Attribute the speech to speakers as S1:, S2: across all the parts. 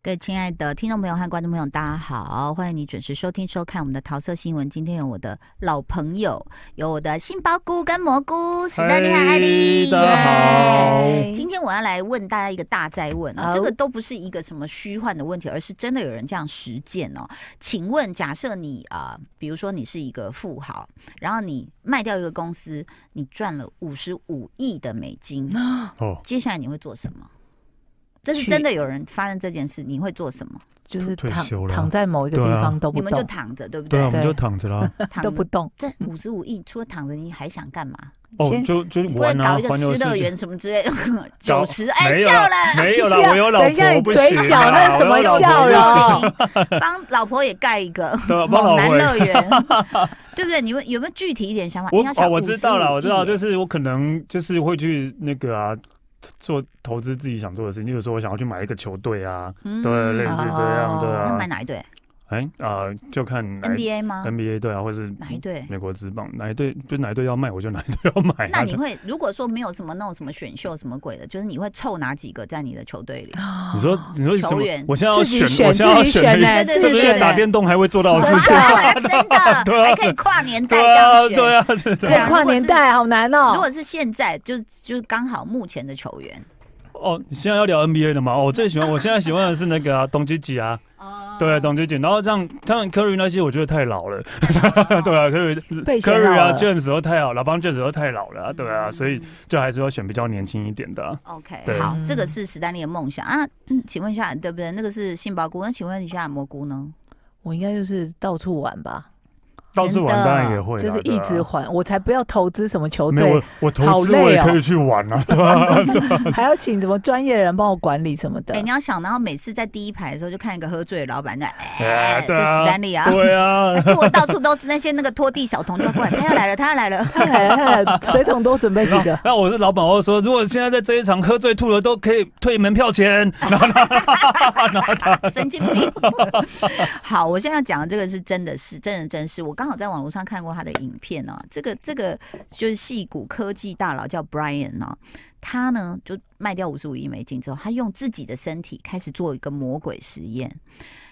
S1: 各位亲爱的听众朋友和观众朋友，大家好，欢迎你准时收听收看我们的桃色新闻。今天有我的老朋友，有我的杏鲍菇跟蘑菇，史丹利和艾丽。
S2: 大家好。
S1: 今天我要来问大家一个大灾问啊，
S2: 好
S1: 这个都不是一个什么虚幻的问题，而是真的有人这样实践哦。请问，假设你啊、呃比如说你是一个富豪，然后你卖掉一个公司，你赚了五十五亿的美金，
S2: 哦，
S1: 接下来你会做什么？这是
S3: 去
S1: 真的有人发生这件事，你会做什么？
S3: 就是
S2: 退
S3: 躺
S2: 休了
S3: 躺在某一个地
S2: 对啊
S3: 方都
S1: 你
S3: 不
S1: 们就
S3: 动，
S1: 躺着，对不
S2: 对啊，我们
S3: 对
S2: 就躺着啦。
S1: 躺
S3: 都不
S1: 着
S3: 动。
S1: 这五十五亿，除了躺着，你还想干嘛？
S2: 哦
S3: 先，
S2: 就就
S1: 你不会
S2: 玩啊，
S1: 搞一个
S2: 环游
S1: 失
S2: 世
S1: 乐
S2: 界
S1: 园。什么之类的？
S2: 搞
S1: 九十，哎，
S2: 没有
S1: 笑
S2: 啦
S1: 了。
S2: 没有啦，
S3: 等一下
S2: 我有老
S3: 等一下
S2: 婆，
S3: 你
S2: 不
S3: 嘴
S2: 行
S3: 角
S2: 啦
S3: 那什
S2: 我
S3: 么
S2: 有老
S1: 老
S2: 婆
S3: 笑
S1: 婆
S3: 容
S2: 不行
S1: 不行 帮老婆也盖一个
S2: 对啊
S1: 猛
S2: 帮老
S1: 男
S2: 婆也
S1: 乐 园，对不对？你们有没有具体一点想法？
S2: 我
S1: 你要想
S2: 哦，我知道了，
S1: 55
S2: 我知道，
S1: 亿
S2: 就是我可能就是会去那个啊，做投资自己想做的事情，例如说我想要去买一个球队啊，
S1: 嗯
S2: 对，类似这样，
S3: 哦
S2: 对
S1: 那
S2: 啊
S1: 买，哪一队
S2: 哎啊，就看哪一
S1: ？NBA 吗？
S2: NBA 对啊，或是
S1: 哪一队？
S2: 美国职棒哪一队，就哪一队要卖我就哪一队要买啊。
S1: 那你会如果说没有什么那种什么选秀什么鬼的，就是你会凑哪几个在你的球队 里？
S2: 你 说你说什
S1: 球
S2: 么
S1: 员？
S2: 我现在要
S3: 自己
S2: 选，我现在要
S3: 自己选
S2: 选，
S3: 呢，
S1: 对对
S2: 这
S3: 自
S1: 对
S2: 不是
S3: 己
S1: 对
S3: 选
S2: 打
S3: 欸。
S2: 电动还会做到的事
S1: 真
S2: 情。
S1: 的，真的，
S2: 对啊
S1: 还可以跨 年代
S2: 对
S1: 这样
S2: 啊，
S1: 选。
S2: 对啊，真的
S1: 对啊
S3: 跨
S1: 如果是
S3: 年代好难哦。
S1: 如果是现在，就就刚好目前的球员，
S2: 哦，你现在要聊 NBA 的吗？哦我最 喜欢，我现在喜欢的是那个啊，董吉吉啊，
S3: 哦
S2: 对，董吉吉。然后这样，像 Curry 那些，我觉得太老了，
S1: 哦
S2: 对啊，Curry
S3: 哦被选
S2: Curry
S3: 老
S2: 啊
S3: 了
S2: ，James 都太老，老帮 James 都太老了啊，对啊，
S1: 嗯
S2: 所以就还是要选比较年轻一点的啊。
S1: OK，
S2: 对
S1: 好，
S3: 嗯
S1: 这个是史丹利的梦想啊、嗯请问一下，对不对？那个是杏鲍菇，那请问一下蘑菇呢？
S3: 我应该就是到处玩吧，
S2: 到处玩当然也会啦，
S3: 就是
S2: 对
S3: 一
S2: 啊
S3: 直玩，我才不要投资什么球
S2: 没有
S3: 队
S2: 我，我投
S3: 好
S2: 资我也
S3: 累哦
S2: 可以去玩啊，
S3: 还要请什么专业的人帮我管理什么的
S2: 啊
S1: 哎、。你要想，然后每次在第一排的时候，就看一个喝醉的老板在，哎、
S2: 哎
S3: 哦
S1: 就
S2: 对
S1: 史
S2: 啊
S1: 丹利啊，
S2: 对啊
S1: 哎，我到处都是那些那个拖地小童，就过来，他要来了，他要来了。
S3: 他来了，他 来了，水桶多准备几
S2: 那
S3: 个。
S2: 那我是老板，我就说，如果现在在这一场喝醉吐了，都可以退门票 钱。
S1: 神经病。 好，我现在要讲的这个是真的是真人真事，我刚好在网络上看过他的影片哦、这个这个就是戏骨科技大佬叫 Brian 哦、他呢就卖掉五十五亿美金之后，他用自己的身体开始做一个魔鬼实验。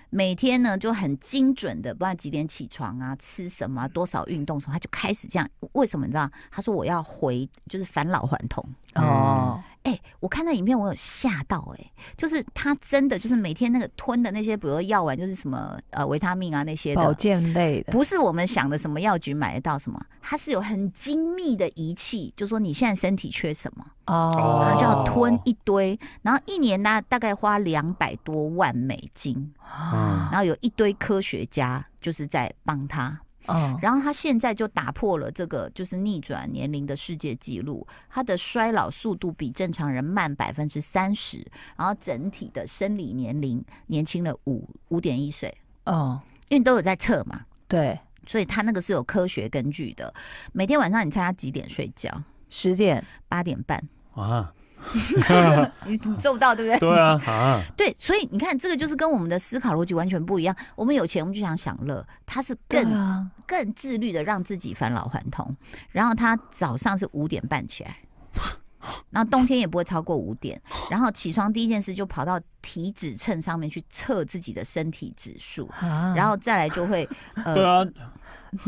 S1: 每天呢就很精准的，不知道几点起床啊，吃什么啊、多少运动什么，他就开始这样。为什么你知道？他说我要回，就是返老还童。
S2: 嗯
S3: 哦，
S1: 哎、我看那影片，我有吓到哎、就是他真的就是每天那个吞的那些，比如说药丸，就是什么呃维他命啊那些
S3: 保
S1: 的，
S3: 健类的。
S1: 不是我们想的什么药局买得到什么，它是有很精密的仪器，就说你现在身体缺什么，
S3: 哦，
S1: 然后就要
S2: 哦
S1: 吞一堆，然后一年大大概花两百多万美金，
S3: 啊哦
S2: 嗯
S1: 然后有一堆科学家就是在帮他，
S3: 嗯，
S1: 然后他现在就打破了这个就是逆转年龄的世界纪录，他的衰老速度比正常人慢百分之三十，然后整体的生理年龄年轻了五五点一岁，
S3: 嗯，
S1: 因为都有在测嘛，
S3: 对，
S1: 所以他那个是有科学根据的。每天晚上你猜他几点睡觉？
S3: 十点
S1: 八点半，
S2: 啊，
S1: 你你做不到对不对？
S2: 对啊，啊，
S1: 对，所以你看这个就是跟我们的思考逻辑完全不一样。我们有钱我们就想享乐，他是更
S3: 对啊，
S1: 更自律的让自己返老还童。然后他早上是五点半起来，然后冬天也不会超过五点。然后起床第一件事就跑到体脂秤上面去测自己的身体指数，
S3: 啊
S1: 然后再来就 会
S2: 嗯对
S1: 呃
S2: 啊，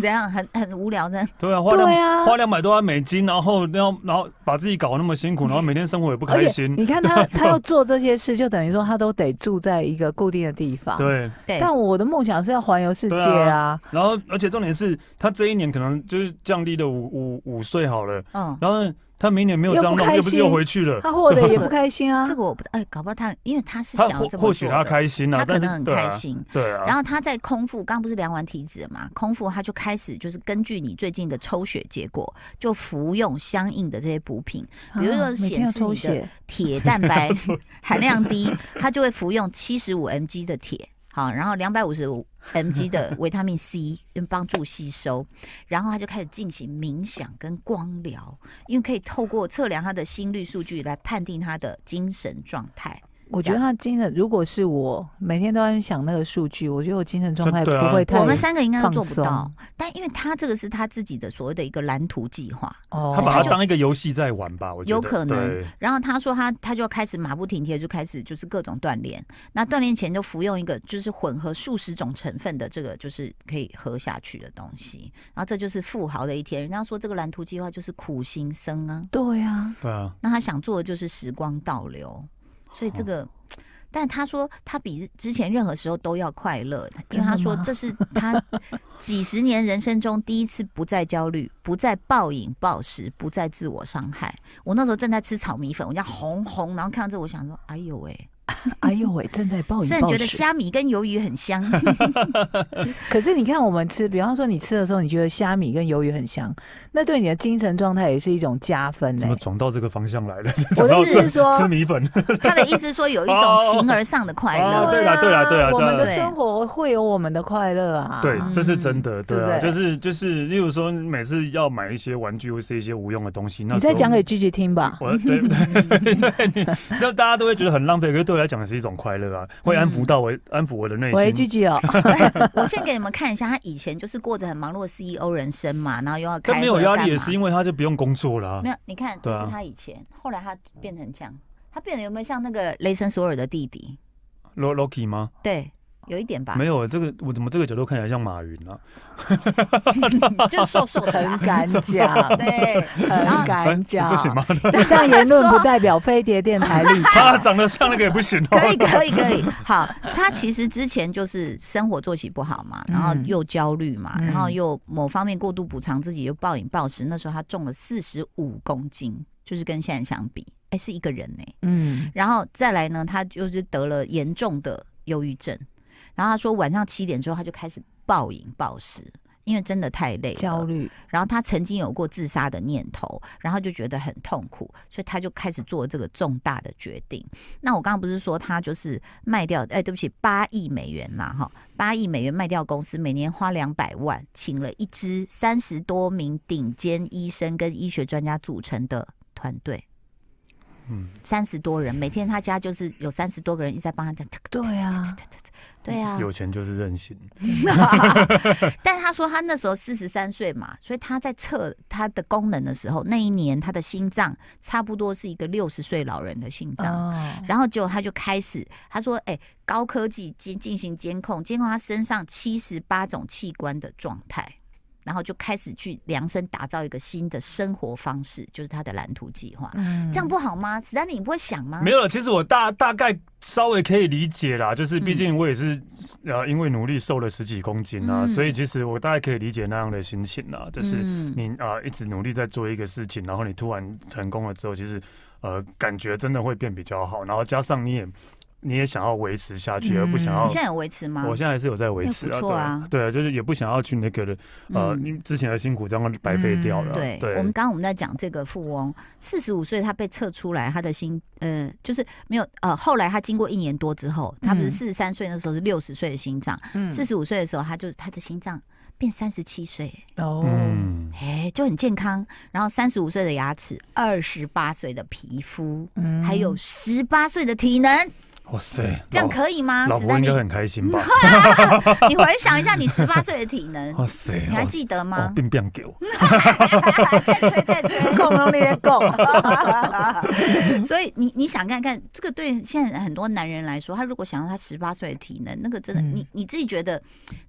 S1: 怎样很很无聊的。
S2: 对啊，花两
S3: 对啊，
S2: 花两百多万美金，然后然后然后把自己搞那么辛苦，然后每天生活也不
S3: 而
S2: 开
S3: 且
S2: 心，
S3: 你 看他，他要做这些事，就等于说他都得住在一个固定的地方。。
S2: 对，
S1: 对，
S3: 但我的梦想是要环游世界
S2: 对
S3: 啊！
S2: 然后而且重点是他这一年可能就是降低了五五五岁好了，
S1: 嗯，
S2: 然后他明年没有
S3: 又
S2: 这样
S3: 不
S2: 弄，
S3: 开
S2: 又不是
S3: 心
S2: 又回去了，
S3: 他活得也不开心啊
S1: 这。个我不知哎，搞不好他因为他是
S2: 他
S1: 想要
S2: 或
S1: 这么
S2: 或许
S1: 做
S2: 他
S1: 的。
S2: 开心啊
S1: 他，可
S2: 但
S1: 能
S2: 是
S1: 很
S2: 对
S1: 开
S2: 啊，
S1: 心，
S2: 对啊，
S1: 然后他在空腹，刚不是量完体脂了嘛？空腹他就开始就是根据你最近的抽血结果，就服用相应的这些补品，比如说
S3: 啊
S1: 显
S3: 每天要
S1: 示你
S3: 抽
S1: 的
S3: 血，
S1: 铁蛋 白含量低，它就会服用七十五 mg 的铁，好，然后两百五十五 mg 的维他命 C，用帮助吸收，然后他就开始进行冥想跟光疗，因为可以透过测量他的心率数据来判定他的精神状态。
S3: 我觉得他精神，如果是我每天都在想那个数据，我觉得我精神状态不
S2: 对啊
S3: 会太。
S1: 我们三个应该都做不
S3: 放
S1: 到
S3: 松，
S1: 但因为他这个是他自己的所谓的一个蓝图计划，
S3: 哦
S2: 他把
S1: 就
S2: 它当一个游戏在玩吧，我觉得
S1: 有可能
S2: 对
S1: 然后他说他他就开始马不停蹄地就开始就是各种锻炼，那锻炼前就服用一个就是混合数十种成分的这个就是可以喝下去的东西，然后这就是富豪的一天。人家说这个蓝图计划就是苦行僧啊，
S3: 对呀，
S2: 对啊，
S1: 那他想做的就是时光倒流，所以这个。但他说他比之前任何时候都要快乐，因为他说
S3: 真的吗
S1: 这是他几十年人生中第一次不再焦虑，不再暴饮暴食，不再自我伤害。我那时候正在吃炒米粉，我家红红，然后看到这我想说，哎呦喂，
S3: 哎呦喂，正在暴饮
S1: 虽然
S3: 暴
S1: 觉得
S3: 食。
S1: 虾米跟鱿鱼很香，
S3: 可是你看，我们吃，比方说你吃的时候，你觉得虾米跟鱿鱼很香，那对你的精神状态也是一种加分欸
S2: 怎
S3: 呢
S2: 么。转到这个方向来了？
S3: 我
S2: 转到
S3: 的 意思
S2: 这
S3: 是说
S2: 吃，米粉，
S1: 他的意思说有一种形而上的快
S2: 哦
S1: 乐。
S2: 对啦对啦对啦
S3: 我们的
S1: 对啊
S3: 生活会有我们的快乐啊。
S2: 对，这是真
S1: 嗯
S2: 的，
S3: 对
S2: 对啊，
S3: 不对
S2: 就是就是，例如说每次要买一些玩具或是一些无用的东西，那
S3: 你
S2: 时候
S3: 再讲给 Gigi 听吧。
S2: 我对对对对， 你那大家都会觉得很浪费，可是对我来讲也是一种快乐啊，会安抚到我，安抚我的内
S3: 喂
S2: 心。
S3: ，Gigi 哦，
S1: 我先给你们看一下，他以前就是过着很忙碌的 CEO 人生嘛，然后又要开
S2: 但
S1: 会
S2: 没有压
S1: 干
S2: 力也 E
S1: 嘛
S2: 是因为他就不用工作了啊
S1: 没，有，你看，
S2: 对
S1: 这是
S2: 啊
S1: 他以前，后来他变成这样，他变得有没有像那个雷神索尔的弟弟？
S2: 罗 Loki 吗？
S1: 对，有一点吧
S2: 没，有，这个我怎么这个角度看起来像马云啊？
S1: 就是瘦瘦的
S3: 很
S1: 啦。
S3: 敢讲，
S1: 对，然后
S3: 很敢讲，
S2: 哎不行吗？
S3: 以上言论不代表飞碟电台立
S2: 他
S3: 场。
S2: 长得像那个也不行
S1: 可
S2: 哦。
S1: 以，可以，可以。好，他其实之前就是生活作息不好嘛，然后
S3: 嗯
S1: 又焦虑嘛，然后
S3: 嗯
S1: 又某方面过度补偿自己，又暴饮暴食。那时候他重了四十五公斤，就是跟现在相比，哎，是一个人呢、
S3: 嗯，
S1: 然后再来呢，他就是得了严重的忧郁症，然后他说晚上七点之后他就开始暴饮暴食，因为真的太累了
S3: 焦。虑，
S1: 然后他曾经有过自杀的念头，然后就觉得很痛苦，所以他就开始做这个重大的决定。那我刚刚不是说他就是卖掉，哎，对不起，八亿美元啦，哈，八亿美元卖掉公司，每年花两百万，请了一支三十多名顶尖医生跟医学专家组成的团队。
S2: 嗯，
S1: 三十多人，每天他家就是有三十多个人一直在帮他讲。
S3: 对啊，
S1: 对啊，
S2: 有钱就是任性。
S1: 但他说他那时候四十三岁嘛，所以他在测他的功能的时候，那一年他的心脏差不多是一个六十岁老人的心脏。
S3: 哦，
S1: 然后结果他就开始，他说：“哎、高科技进进行监控，监控他身上七十八种器官的状态，然后就开始去量身打造一个新的生活方式，就是他的蓝图计划。
S3: 嗯
S1: 这样不好吗？史丹利，你不会想吗？
S2: 没有，其实我大大概稍微可以理解啦，
S1: 嗯
S2: 就是毕竟我也是、呃，因为努力瘦了十几公斤啊，
S1: 嗯
S2: 所以其实我大概可以理解那样的心情啦，就是
S1: 嗯
S2: 你啊、呃一直努力在做一个事情，然后你突然成功了之后，其实呃感觉真的会变比较好，然后加上你也你也想要维持下去，
S3: 嗯
S2: 而不想要
S1: 你现。在有维持吗？
S2: 我现在还是有在维持
S1: 那
S2: 啊，
S1: 不错啊
S2: 对啊，就是也不想要去那个的，呃，
S1: 嗯
S2: 因为之前的辛苦这样白费掉了啊、
S1: 对，我们刚哦刚我们在讲这个富翁，四十五岁他被测出来他的心，呃，就是没有呃，后来他经过一年多之后，他不是
S3: 嗯
S1: 四十三岁那时候是六十岁的心脏，
S2: 嗯
S1: 四十五岁的时候他就他的心脏变三十七岁，
S3: 哦，
S2: 嗯，
S1: 哎，就很健康。然后三十五岁的牙齿，二十八岁的皮肤，
S3: 嗯
S1: 还有十八岁的体能，
S2: 哇塞，
S1: 这样
S2: 老
S1: 可以吗？
S2: 老
S1: 史
S2: 婆
S1: 丹
S2: 应
S1: 利
S2: 该，很开 心吧？，
S1: 你回想一下你十八岁的体能
S2: 哇塞，
S1: 你还记得
S2: 哦
S1: 吗，？嗯
S2: 变变给我，
S1: 再吹再吹。
S3: 共同的 共，
S1: 所以你你想看看，这个对现在很多男人来说，他如果想要他十八岁的体能，那个真的，
S3: 嗯
S1: 你你自己觉得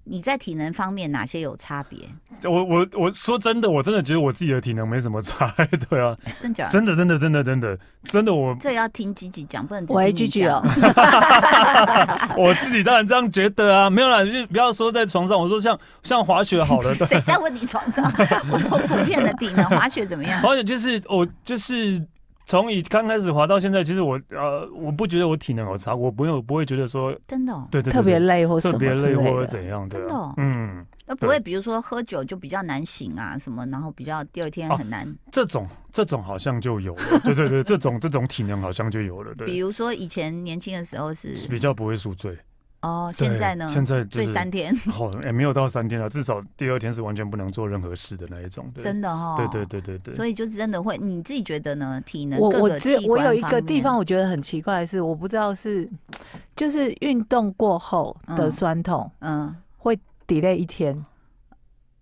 S1: 你在体能方面哪些有差别？
S2: 我我我说真的，我真的觉得我自己的体能没什么差， 对啊，
S1: 真假？
S2: 真的真的真的真的真的我
S1: 这要听吉吉讲，不能只
S3: 喂
S1: 听你
S3: ，Gigi
S1: 讲
S3: 哦。，
S2: 我自己当然这样觉得啊，没有啦，就是不要说在床上，我说像像滑雪好 了，
S1: 谁在问你床上？我说普遍的体能滑雪怎么样？
S2: 滑雪就是我就是。从以刚开始滑到现在，其实我呃，我不觉得我体能有差，我不用不会觉得说，
S1: 真的、哦，
S2: 对对对
S3: 特别
S2: 对
S3: 累或什
S2: 特
S3: 么
S2: 别
S3: 之
S2: 累或
S3: 类
S2: 者
S3: 的。
S2: 怎样的，
S1: 真的哦
S2: 嗯，
S1: 那不会，比如说喝酒就比较难醒啊，什么，然后比较第二天很难。
S2: 这种这种好像就有了，对 对对，这种这种体能好像就有了，
S1: 比
S2: 对，
S1: 如说以前年轻的时候是
S2: 比较不会宿醉，
S1: 哦，现在呢？
S2: 对现在就
S1: 睡
S2: 是
S1: 三天，
S2: 好，也、没有到三天了，啊至少第二天是完全不能做任何事的那一种。对
S1: 真的哈、哦。
S2: 对对对对对。
S1: 所以就真的会，你自己觉得呢？体能
S3: 我
S1: 各
S3: 我
S1: 个器
S3: 只
S1: 官
S3: 我有一个
S1: 方
S3: 地
S1: 面
S3: 方，我觉得很奇怪的是，我不知道是就是运动过后的
S1: 嗯
S3: 酸痛
S1: 嗯
S3: 会 delay 一天。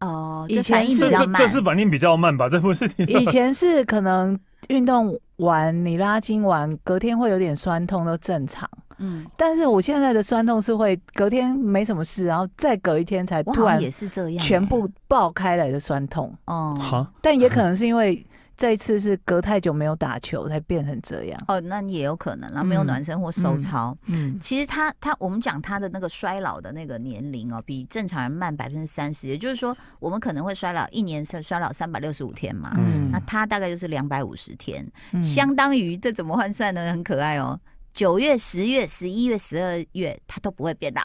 S1: 哦，
S3: 以
S1: 就
S3: 前
S1: 反应
S2: 这
S1: 比较
S2: 这
S1: 慢，
S2: 这是反应比较慢吧？这不是你的
S3: 以前是可能运动完你拉筋完，隔天会有点酸痛都正常。
S1: 嗯，
S3: 但是我现在的酸痛是会隔天没什么事，然后再隔一天才
S1: 我
S3: 突
S1: 好像
S3: 然
S1: 也是这样欸，
S3: 全部爆开来的酸痛。
S1: 哦
S2: 哈，
S3: 但也可能是因为这一次是隔太久没有打球才变成这样。
S1: 哦，那也有可能啦，没有
S3: 嗯
S1: 暖身或收
S3: 嗯
S1: 操。
S3: 嗯，
S1: 其实他他我们讲他的那个衰老的那个年龄哦，比正常人慢百分之三十，也就是说我们可能会衰老一年是衰老三百六十五天嘛，
S2: 嗯
S1: 啊那他大概就是两百五十天，
S3: 嗯
S1: 相当于这怎么换算呢？很可爱哦。九月、十月、十一月、十二月，他都不会变老。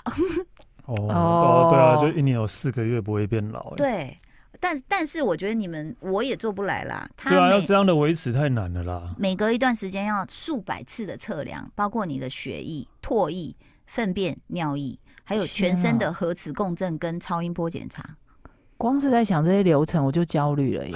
S2: 哦
S3: 哦
S2: 哦，对啊，就一年有四个月不会变老、哎，
S1: 对，但但是我觉得你们我也做不来啦。他
S2: 对啊，要
S1: 每
S2: 这样的维持太难了啦。
S1: 每隔一段时间要数百次的测量，包括你的血液、唾液、粪便、尿液，还有全身
S3: 天
S1: 的
S3: 啊
S1: 核磁共振跟超音波检查。
S3: 光是在想这些流程我就焦虑了耶。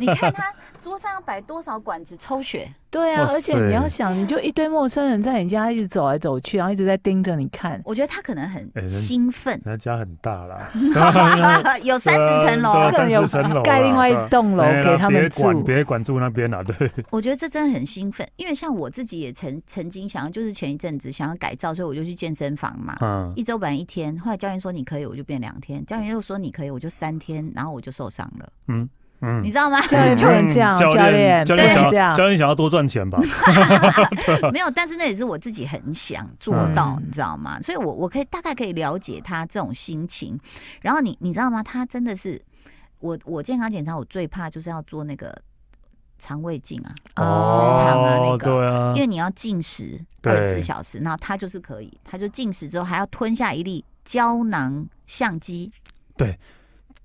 S1: 你看他桌上要摆多少管子抽血，
S3: 对啊，
S2: 哇
S3: 而且你要
S2: 塞
S3: 想，你就一堆陌生人在你家一直走来走去，然后一直在盯着你看。
S1: 我觉得他可能很
S2: 哎人
S1: 兴奋
S2: ，人家家很大啦，
S1: 有三十层
S2: 对啊
S1: 楼，
S3: 可能有
S2: 三十层楼啊
S3: 盖另外一栋楼
S2: 哎
S3: 给
S2: 呀
S3: 他们
S2: 别管
S3: 住。
S2: 别管住那边啦、对，
S1: 我觉得这真的很兴奋。因为像我自己也曾曾经想要，就是前一阵子想要改造，所以我就去健身房嘛。
S2: 嗯，
S1: 一周本来一天，后来教练说你可以，我就变两天；教练又说你可以，我就三天，然后我就受伤了，
S2: 嗯啊
S1: 你，知道吗？
S3: 教练不能这样，
S2: 教
S3: 教
S2: 练
S3: 不
S2: 教练
S3: 能
S2: 想
S3: 这
S2: 要
S3: 样。
S2: 教练想要多赚钱吧？
S1: 没有，但是那也是我自己很想做到，
S3: 嗯
S1: 你知道吗？所以我我可以大概可以了解他这种心情。然后你你知道吗？他真的是我我健康检查，我最怕就是要做那个肠胃镜啊，
S3: 哦
S1: 职场啊那个
S2: 对啊
S1: 因，为你要禁食
S2: 对
S1: 二十四小时，然后他就是可以，他就禁食之后还要吞下一粒胶囊相机，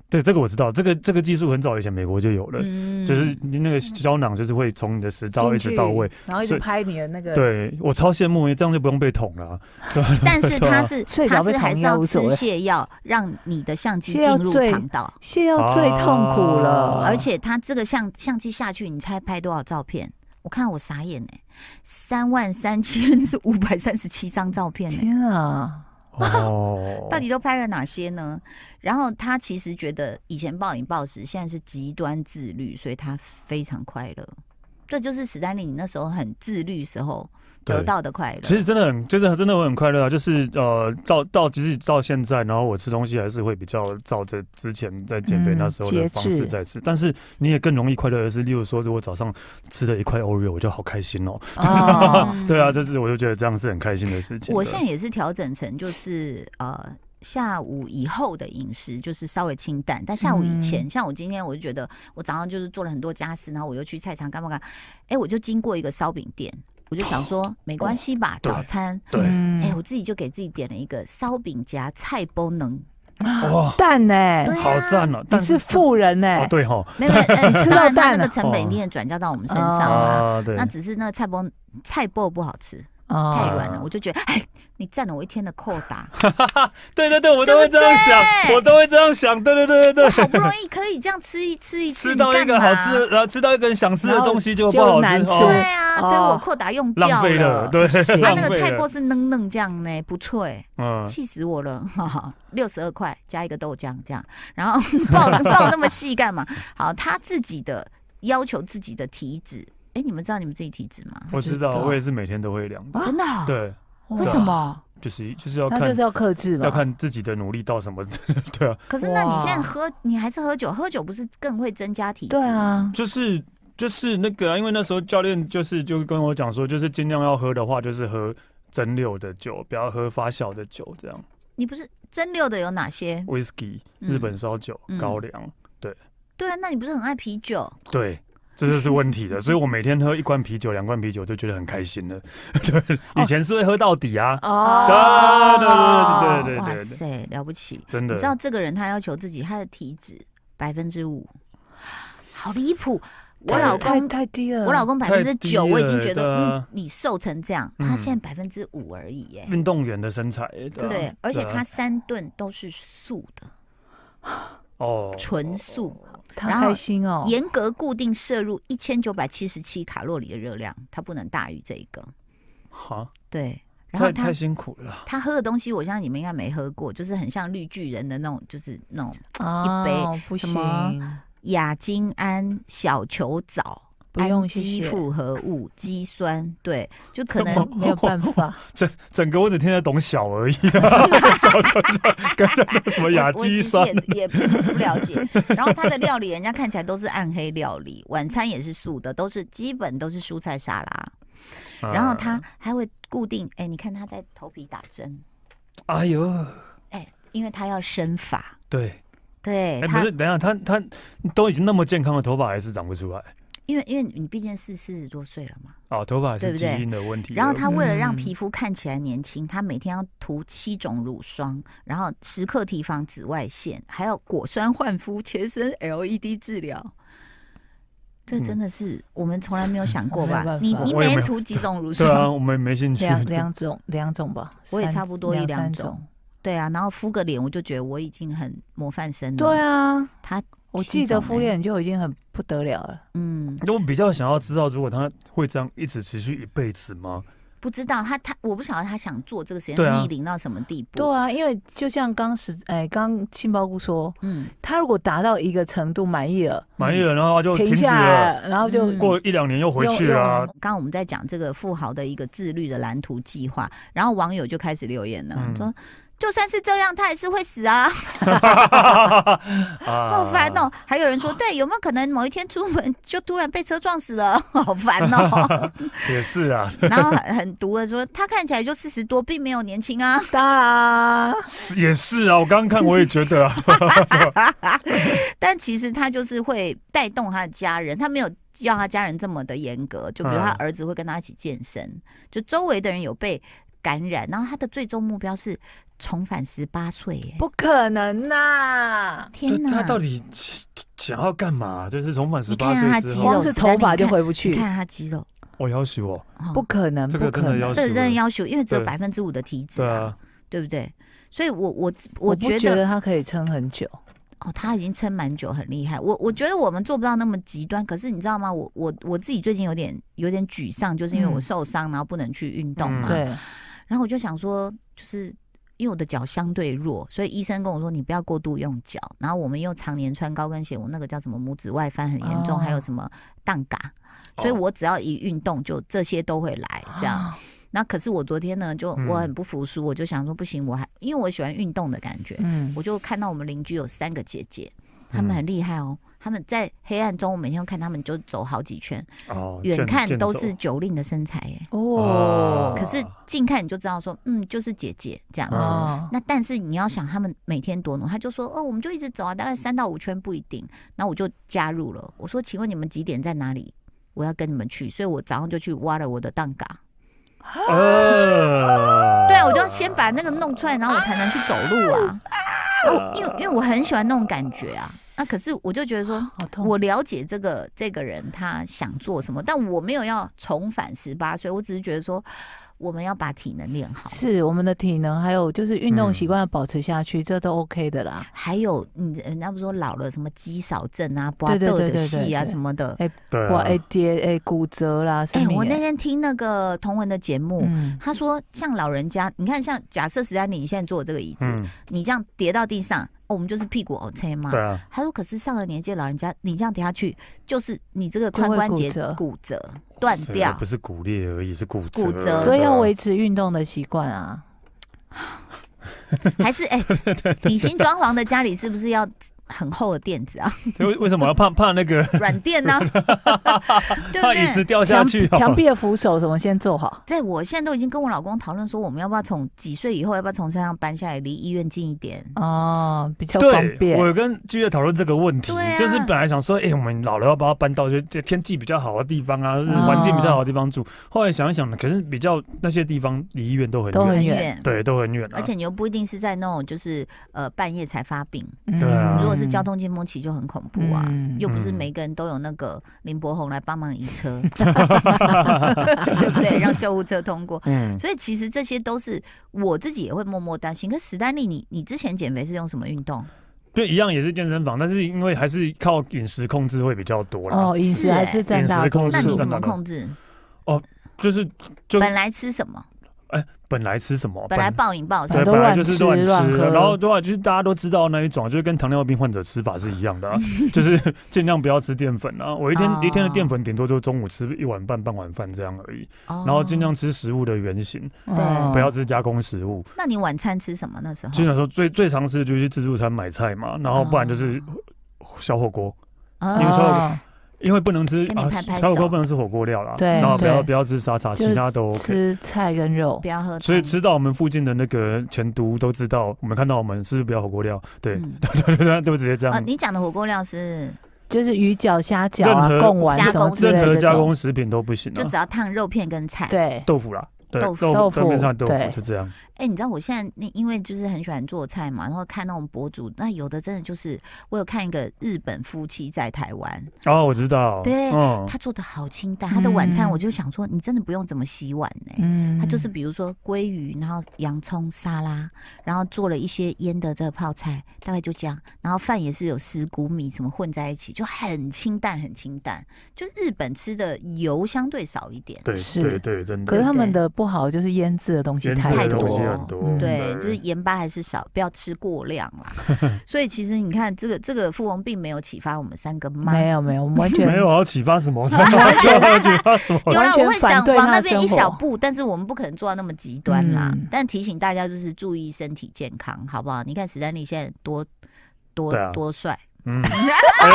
S2: 对这个我知道，这个这个技术很早以前美国就有了，
S1: 嗯
S2: 就是你那个胶囊就是会从你的食道一直到位。，
S3: 然后一直
S2: 所以
S3: 拍你的那个。，
S2: 对我超羡慕，因为欸这样就不用被捅了啊。
S1: 但是
S2: 对
S1: 它
S2: 啊
S1: 是
S3: 睡
S1: 它
S3: 着被
S1: 是还
S3: 捅
S1: 是
S3: 药
S1: 要
S3: 无
S1: 吃
S3: 所谓
S1: 泻药，让你的相机
S3: 泻药
S1: 进入
S3: 最
S1: 肠道，
S3: 泻药最痛苦了，
S2: 啊
S1: 而且它这个相相机下去，你猜拍多少照片？我看我傻眼哎、欸，三万三千五百三十七张照片呢、，
S3: 天啊，
S2: 哦
S1: 到底都拍了哪些呢？然后他其实觉得以前暴饮暴食，现在是极端自律，所以他非常快乐。这就是史丹利你那时候很自律时候得
S2: 对
S1: 到的快乐。
S2: 其实真的很，就是真的会很快乐啊！就是呃，到到即使到现在，然后我吃东西还是会比较照着之前在减肥
S3: 嗯
S2: 那时候
S3: 节
S2: 的方
S3: 制
S2: 式在吃，但是你也更容易快乐的是，例如说，如果早上吃了一块 Oreo，我就好开心哦。
S3: 哦，
S1: 嗯
S2: 对啊，就是我就觉得这样是很开心的事情的。
S1: 我现在也是调整成就是呃下午以后的饮食，就是稍微清淡。但下午以前，
S2: 嗯
S1: 像我今天我就觉得我早上就是做了很多家事，然后我又去菜场干嘛干嘛，哎、我就经过一个烧饼店，我就想说没关系吧，
S2: 哦对嗯
S1: 早餐。
S2: 对
S1: 哎、
S3: 哎
S1: 我自己就给自己点了一个烧饼夹菜包能，
S2: 哇，
S3: 蛋呢？
S1: 对啊
S2: 好赞哦！
S3: 你
S2: 但
S3: 是富人呢
S2: 哦，？对哈
S1: 没有，没有呃
S3: 吃
S1: 当
S3: 到
S1: 然它那
S3: 蛋了
S1: 个成本一
S2: 哦
S1: 定也转嫁到我们身上
S3: 好
S1: 啦。
S2: 啊，对
S1: 那，只是那个菜包菜包不好吃，太
S3: 哦，
S2: 啊
S1: 软了，我就觉得哎，你占了我一天的扣打。
S2: 对对对，我都会这样
S1: 对
S2: 想，我都会这样想，对对对 对对。
S1: 好不容易可以这样吃一吃一次，
S2: 吃到一
S1: 你
S2: 个
S1: 干
S2: 好
S1: 嘛
S2: 吃的，然后吃到一个想吃的
S3: 然后
S2: 东西就不
S3: 就
S2: 好
S3: 难
S2: 吃，
S3: 吃
S1: 对
S2: 哦，
S1: 啊，
S3: 哦
S1: 等我扩打用掉
S2: 浪费了，对，
S3: 是
S1: 它
S2: 浪
S1: 那个
S2: 费
S1: 菜
S2: 了
S1: 锅是嫩嫩酱呢，不脆，
S2: 嗯，
S1: 气死我了！ 六十二块加一个豆浆这样，然后爆爆那么细干嘛？ 好，他自己的要求自己的体脂，哎，你们知道你们自己体脂吗？
S2: 我知道
S3: 知，道
S2: 我也是每天都会量的，
S3: 啊
S1: 真的哦？
S2: 对，啊
S1: 为什么？
S2: 就是就是要
S3: 那
S2: 看
S3: 就是要克制嘛，
S2: 要看自己的努力到什么， 对啊，
S1: 可是那你
S3: 哇
S1: 现在喝，你还是喝酒，喝酒不是更会增加体脂？
S3: 对，啊，
S2: 就是。就是那个、啊，因为那时候教练就是就跟我讲说，就是尽量要喝的话，就是喝蒸馏的酒，不要喝发酵的酒，这样
S1: 你不是蒸馏的有哪些？
S2: whisky、
S1: 嗯
S2: 日本烧酒、
S1: 嗯
S2: 高粱，
S1: 对啊，那你不是很爱啤酒？
S2: 对，这就是问题了。所以我每天喝一罐啤酒、两罐啤酒就觉得很开心了。 对，
S1: 哦
S2: 以前是会喝到底啊，
S3: 哦，
S2: 对对对对对
S1: 哇塞，了不起！
S2: 真
S1: 你
S2: 的
S1: 知。道这个人他要求自己他的体脂百分之五，好离谱！我老
S3: 太
S1: 公
S3: 太低了，
S1: 我老公百分之
S2: 太低
S1: 九，我已
S2: 了
S1: 经觉
S2: 对
S1: 得嗯
S2: 啊
S1: 你你瘦成这样，
S2: 嗯
S1: 他现在百分之五而已耶。
S2: 运动员的身材，啊
S1: 对，而且
S2: 对啊
S1: 他三顿都是素的，
S2: 哦，
S1: 纯素，
S3: 他
S1: 然后
S3: 开心哦，
S1: 严格固定摄入一千九百七十七卡路里的热量，它不能大于这一个。
S2: 哈，
S1: 对，然后
S2: 太
S1: 他
S2: 太辛苦了，
S1: 他喝的东西，我相信你们应该没喝过，就是很像绿巨人的那种，就是那种
S3: 啊
S1: 一杯
S3: 不
S1: 什
S3: 行，
S1: 么亚精胺小球藻。
S3: 不用
S1: 氨
S3: 谢
S1: 基
S3: 谢，
S1: 复合物、肌酸，对，就可
S2: 干
S1: 能
S2: 嘛
S3: 没有办法，
S2: 整整个我只听得懂小 而已，小小小，刚才那什么
S1: 我
S2: 亚
S1: 我其
S2: 基
S1: 实
S2: 酸，
S1: 也也不不了解。然后他的料理，人家看起来都是暗黑料理，晚餐也是素的，都是基本都是蔬菜沙拉。
S2: 啊
S1: 然后他还会固定，哎，你看他在头皮打针，
S2: 啊，哎呦，
S1: 哎，因为他要生发，
S2: 对，
S1: 对
S2: 哎，不
S1: 他
S2: 是，，等一下，他他都已经那么健康的头发还是长不出来
S1: 因为因为你毕竟是四十多岁了嘛，
S2: 哦，头发还
S1: 对
S2: 是
S1: 不
S2: 基
S1: 对
S2: 因的问题了。啊
S1: 然后他为了让
S3: 嗯
S1: 皮肤看起来年轻，他每天要涂七种乳霜，然后时刻提防紫外线，还有果酸焕肤、全身 LED 治疗。这
S2: 嗯
S1: 真的是我们从来没有想过吧
S3: 没办？法
S1: 你你
S2: 我也
S1: 每
S2: 没
S1: 天
S2: 有
S1: 涂几种乳
S2: 对 啊，
S1: 霜？
S2: 我们没兴趣。
S3: 两
S1: 啊
S3: 两种两种吧，
S1: 我也
S3: 三
S1: 差不多一
S3: 两三
S1: 两种。对啊，然后敷个脸，我就觉得我已经很模范生
S2: 嗯
S1: 了。
S3: 对，啊，
S1: 他
S3: 我
S1: 七
S3: 记得
S1: 种
S3: 敷
S1: 欸
S3: 脸就已经很不得了了。
S1: 嗯，
S2: 我比较想要知道，如果他会这样一直持续一辈子吗？
S1: 不知道他他，我不晓得他想做这个实
S2: 对
S1: 验
S2: 啊
S1: 逆龄到什么地步。
S3: 对啊，因为就像刚时哎，刚杏鲍菇说，
S1: 嗯，
S3: 他如果达到一个程度满意了，
S2: 满意了，然后他就停
S3: 停
S2: 止
S3: 下
S2: 了，
S3: 来，然后就
S1: 嗯
S2: 过一两年又回去啊
S3: 用。
S1: 刚刚我们在讲这个富豪的一个自律的蓝图计划，然后网友就开始留言了，
S2: 嗯
S1: 说就算是这样，他也是会死啊，
S2: 啊
S1: 好
S2: 好
S1: 烦哦。还有人说，对，有没有可能某一天出门就突然被车撞死了，好烦哦。
S2: 也是啊，
S1: 然后很很毒的说，他看起来就四十多，并没有年轻啊。
S3: 哒啦，
S2: 是也是啊。我刚刚看我也觉得啊，
S1: 但其实他就是会带动他的家人，他没有要他家人这么的严格。就比如他
S2: 嗯
S1: 儿子会跟他一起健身，就周围的人有被感染，然后他的最终目标是重返十八岁耶！
S3: 不可能呐、
S1: 天
S2: 他
S1: 哪！
S2: 到底想要干嘛？就是重返十八
S1: 你看他
S2: 岁之
S1: 肌
S2: 后
S1: 肉
S3: 光，是头发就回不
S1: 你
S3: 去，
S1: 看他肌肉，
S2: 我要许我，
S1: 哦
S3: 不可能，
S2: 这个
S3: 不可
S2: 真的要
S3: 能。
S1: 这真的要求，因为只有
S2: 对
S1: 百分之五的体脂
S2: 对
S1: 啊，
S2: 啊，
S1: 对不对？所以我我
S3: 我
S1: 我
S3: 不
S1: 觉
S3: 觉
S1: 得
S3: 得他可以撑很久，
S1: 哦，他已经撑蛮久，很厉害。我我觉得我们做不到那么极端，可是你知道吗？我我我自己最近有点有点沮丧，就是因为我
S3: 嗯
S1: 受伤，然后不能去运动
S2: 嗯
S1: 嘛。
S3: 对，
S1: 然后我就想说，就是因为我的脚相对弱，所以医生跟我说你不要过度用脚。然后我们又常年穿高跟鞋，我那个叫什么拇指外翻很严重，
S3: 哦
S1: 还有什么荡嘎，
S2: 哦
S1: 所以我只要一运动就这些都会来这样。
S3: 啊，
S1: 那可是我昨天呢，就
S2: 嗯
S1: 我很不服输，我就想说不行，我还因为我喜欢运动的感觉，
S3: 嗯，
S1: 我就看到我们邻居有三个姐姐，她们
S2: 嗯
S1: 很厉害哦。她们在黑暗中，我每天都看她们就走好几圈，
S2: 哦，
S1: 远
S2: 健
S1: 看
S2: 健
S1: 都
S2: 走
S1: 是九令的身材耶。
S3: 哦
S2: 啊，
S1: 可是近看你就知道说，嗯，就是姐姐这样子。
S3: 哦，
S1: 那但是你要想他们每天多努，他就说哦，我们就一直走啊，大概三到五圈不一定。那我就加入了，我说请问你们几点在哪里？我要跟你们去，所以我早上就去挖了我的蛋嘎。
S2: 呃，
S1: 对啊，我就要先把那个弄出来，然后我才能去走路啊。哦，因为因为我很喜欢那种感觉啊。那可是我就觉得说，
S3: 好痛，
S1: 我了解这个这个人他想做什么，但我没有要重返十八岁，我只是觉得说我们要把体能练好。
S3: 是我们的体能，还有就是运动
S2: 嗯
S3: 习惯要保持下去，这都 OK 的啦。
S1: 还有，你人家不说老了什么肌少症啊、拔
S3: 对对
S1: 豆
S3: 对
S1: 的
S3: 对对
S1: 戏啊
S3: 对
S1: 什么的。
S2: 对啊，
S3: 哇，哎跌哎骨折啦，
S1: 哎、
S3: 生命
S1: 我那
S3: 哎
S1: 天听那个同文的节目，
S3: 嗯，
S1: 他说像老人家，你看像假设史丹利你现在坐这个椅子，
S2: 嗯，
S1: 你这样跌到地上，哦，我们就是屁股 OK 吗？
S2: 对啊，
S1: 他说可是上了年纪的老人家，你这样跌下去，就是你这个髋
S3: 就会
S1: 关节
S3: 骨折
S1: 骨折断
S2: 这个
S1: 掉
S2: 不。是骨裂而已，是骨折啊
S1: 骨折
S3: 所以要维
S2: 为
S3: 持运动的习惯啊。
S1: 还是 哎，你新装潢的家里是不是要很厚的垫子啊？
S2: 为为什么要怕怕那个
S1: 软垫 呢？对不
S2: 怕椅
S1: 对
S2: 子？掉下
S3: 墙
S2: 去哦？
S3: 墙壁的扶手什么先做好，
S1: 在我现在都已经跟我老公讨论说，我们要不要从几岁以后要不要从山上搬下来，离医院近一点？
S3: 哦，比较方
S2: 对，
S3: 便。
S2: 我有跟剧月讨论这个问题
S1: 对，啊
S2: 就是本来想说，哎，我们老了要把它搬到就就天气比较好的地方啊，
S1: 嗯
S2: 就是环境比较好的地方住。后来想一想，可是比较那些地方离医院都很
S3: 都
S2: 远，
S3: 很
S1: 很
S3: 远
S1: 远，
S2: 对，都很远啊。
S1: 而且你又不一定是在那种就是呃半夜才发病，
S3: 嗯
S2: 对啊
S1: 如果是
S3: 嗯
S1: 交通尖峰期就很恐怖啊，
S3: 嗯
S1: 又不是
S2: 嗯
S1: 每个人都有那个林柏宏来帮忙移 车，对不对？让救护车通过。
S2: 嗯，
S1: 所以其实这些都是我自己也会默默担心。可史丹利，你你之前减肥是用什么运动？
S2: 对，一样也是健身房，但是因为还是靠饮食控制会比较多啦。
S3: 哦，饮
S1: 是
S3: 食
S1: 欸
S3: 还是占
S2: 饮食
S3: 大
S2: 控
S3: 多
S2: 制
S1: 那
S3: 数。
S1: 你
S2: 占
S1: 怎
S2: 大
S1: 么
S2: 多
S1: 控制？
S2: 就是就哦
S1: 本来吃什么？
S2: 本来吃什么，
S1: 本来暴饮暴食
S2: 对，
S3: 啊，都
S2: 本来
S3: 乱
S2: 就是
S3: 吃
S2: 乱吃，
S3: 乱喝
S2: 然后对啊，就是大家都知道那一种，就是跟糖尿病患者吃法是一样的、啊，就是尽量不要吃淀粉啊。我一天、
S1: 哦
S2: 一天的淀粉顶多就中午吃一碗半半碗饭这样而已，
S1: 然
S2: 然后尽量。
S1: 哦
S2: 吃食物的原型，
S3: 哦
S2: 不要吃加工食物。
S1: 那你晚餐吃什么？那时候
S2: 经常说最最常吃的就是自助餐买菜嘛，然后
S1: 哦
S2: 不然就是小火锅，
S1: 啊
S2: 因为说
S3: 哦
S2: 因为不能吃
S1: 跟你
S2: 啊
S1: 拍拍，
S2: 小火锅
S1: 手
S2: 不能吃火锅料啦，
S3: 对
S2: 然后不要
S3: 对
S2: 不要吃沙茶，
S3: 就是
S2: 其他都 OK。
S3: 吃菜跟肉
S1: 不。要喝汤，
S2: 所以吃到我们附近的那个前都都知道，我们看到我们是不是不要火锅料？ 对，
S1: 嗯
S2: 对，就直接这
S1: 啊，
S2: 样嗯
S1: 你讲的火锅料是
S3: 就是鱼饺、虾饺啊、
S2: 任何
S3: 贡丸
S1: 加
S3: 什么
S1: 工
S3: 之
S1: 之
S3: 类
S2: 任
S3: 的
S2: 何
S3: 这
S2: 加
S3: 种，
S2: 工食品都不行
S1: 就
S2: 啊
S1: 只。要烫肉片跟菜。
S3: 对，
S2: 豆腐啦，对，
S1: 豆
S2: 豆
S1: 腐
S3: 豆
S2: 腐
S3: 腐
S2: 表面上的豆
S3: 对
S2: 腐就这样。
S1: 哎、你知道我现在那因为就是很喜欢做菜嘛，然后看那种博主，那有的真的就是我有看一个日本夫妻在台湾，
S2: 哦，我知道。
S1: 对
S2: 嗯，
S1: 他做的好清淡，他的晚餐
S3: 嗯
S1: 我就想说，你真的不用怎么洗碗呢、
S3: 嗯
S1: 他就是比如说鲑鱼，然后洋葱沙拉，然后做了一些腌的这个泡菜，大概就这样。然后饭也是有石谷米什么混在一起，就很清淡，很清淡。就日本吃的油相对少一点，
S2: 对
S3: 是
S2: 对对，真
S3: 可是
S2: 的。
S3: 他们的不好就是腌制的东西
S2: 腌制
S3: 太
S2: 的东
S3: 多
S2: 西啊
S1: 了
S2: 很多
S3: 嗯，
S1: 对，就是盐巴还是少，不要吃过量啦。 所以其实你看，这个这个富翁并没有启发我们三个妈。
S3: 没有没有，我们完全
S2: 没有要启发什 么，要启发什么？
S1: 有啦，
S3: 完全
S1: 我会想
S3: 反对
S1: 往
S3: 他
S1: 那
S3: 的
S1: 边
S3: 生
S1: 一小
S3: 活
S1: 步，但是我们不可能做到那么极端啦。
S3: 嗯
S1: 但提醒大家就是注意身体健康，好不好？你看史丹利现在多多、
S2: 对啊
S1: 多帅，
S2: 嗯，哎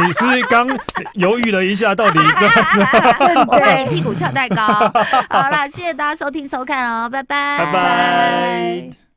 S2: 呦，你是刚犹豫了一下，到底
S1: 我怕你屁股翘太高。好啦，谢谢大家收听收看哦，拜拜，
S2: 拜拜。